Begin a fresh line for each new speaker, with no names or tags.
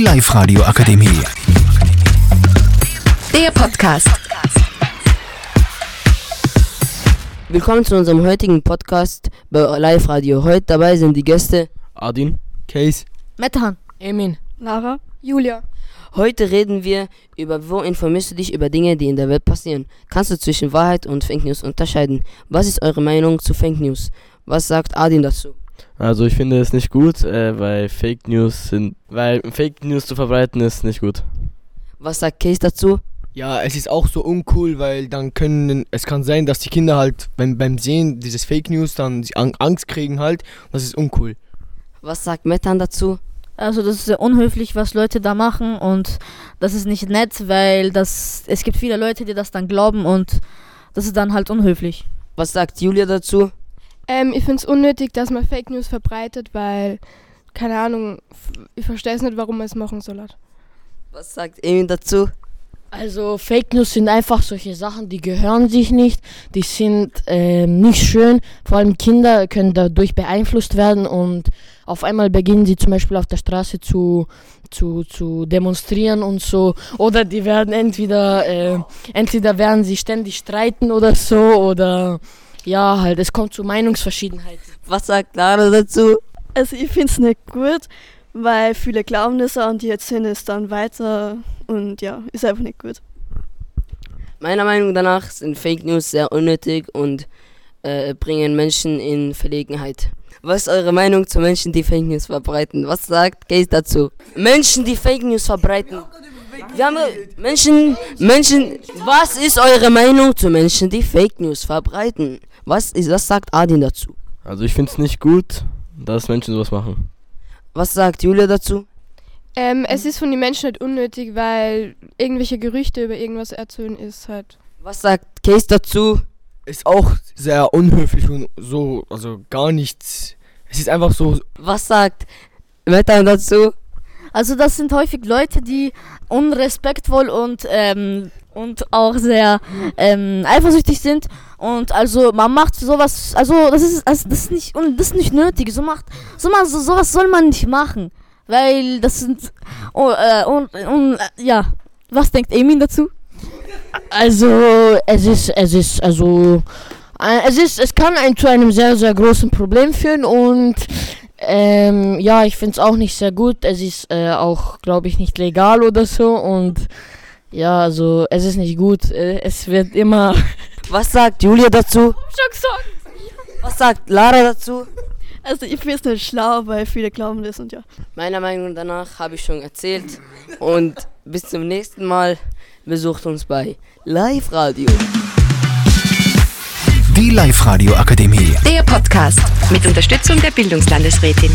Live Radio Akademie.
Der Podcast.
Willkommen zu unserem heutigen Podcast bei Live Radio. Heute dabei sind die Gäste.
Adin. Case.
Metan.
Emin.
Lara. Julia.
Heute reden wir über, wo informierst du dich über Dinge, die in der Welt passieren? Kannst du zwischen Wahrheit und Fake News unterscheiden? Was ist eure Meinung zu Fake News? Was sagt Adin dazu?
Also ich finde es nicht gut, äh, weil Fake News sind, weil Fake News zu verbreiten ist nicht gut.
Was sagt Case dazu?
Ja, es ist auch so uncool, weil dann können, es kann sein, dass die Kinder halt beim, beim Sehen dieses Fake News dann sie an- Angst kriegen halt. Das ist uncool.
Was sagt Metan dazu?
Also das ist sehr unhöflich, was Leute da machen und das ist nicht nett, weil das es gibt viele Leute, die das dann glauben und das ist dann halt unhöflich.
Was sagt Julia dazu?
Ähm, ich finde es unnötig, dass man Fake News verbreitet, weil, keine Ahnung, f- ich verstehe es nicht, warum man es machen soll. hat.
Was sagt Emin dazu?
Also Fake News sind einfach solche Sachen, die gehören sich nicht, die sind ähm, nicht schön. Vor allem Kinder können dadurch beeinflusst werden und auf einmal beginnen sie zum Beispiel auf der Straße zu, zu, zu demonstrieren und so. Oder die werden entweder, äh, entweder werden sie ständig streiten oder so oder ja, halt, es kommt zu Meinungsverschiedenheit.
Was sagt Lara dazu?
Also ich finde es nicht gut, weil viele glauben das auch und die erzählen es dann weiter und ja, ist einfach nicht gut.
Meiner Meinung danach sind Fake News sehr unnötig und äh, bringen Menschen in Verlegenheit. Was ist eure Meinung zu Menschen, die Fake News verbreiten? Was sagt Gaze dazu? Menschen, die Fake News verbreiten. Wir haben äh, Menschen, Menschen. Was ist eure Meinung zu Menschen, die Fake News verbreiten? Was ist, was sagt Adin dazu?
Also ich finde es nicht gut, dass Menschen sowas machen.
Was sagt Julia dazu?
Ähm, Es ist von den Menschen halt unnötig, weil irgendwelche Gerüchte über irgendwas erzählen ist halt.
Was sagt Case dazu?
Ist auch sehr unhöflich und so, also gar nichts. Es ist einfach so
Was sagt Metan dazu?
Also das sind häufig Leute, die unrespektvoll und ähm, und auch sehr ähm, eifersüchtig sind und also man macht sowas, also das ist also das ist nicht und das ist nicht nötig. So macht so mal so, sowas soll man nicht machen, weil das sind oh, äh, und, und äh, ja. Was denkt Emin dazu?
Also, es ist, es ist, also, äh, es ist, es kann ein, zu einem sehr, sehr großen Problem führen und, ähm, ja, ich finde es auch nicht sehr gut. Es ist äh, auch, glaube ich, nicht legal oder so und, ja, also, es ist nicht gut. Äh, es wird immer.
Was sagt Julia dazu? Was sagt Lara dazu?
Also ich finde es nicht schlau, weil viele glauben das und ja.
Meiner Meinung danach habe ich schon erzählt. Und bis zum nächsten Mal. Besucht uns bei Live Radio.
Die Live Radio Akademie.
Der Podcast mit Unterstützung der Bildungslandesrätin.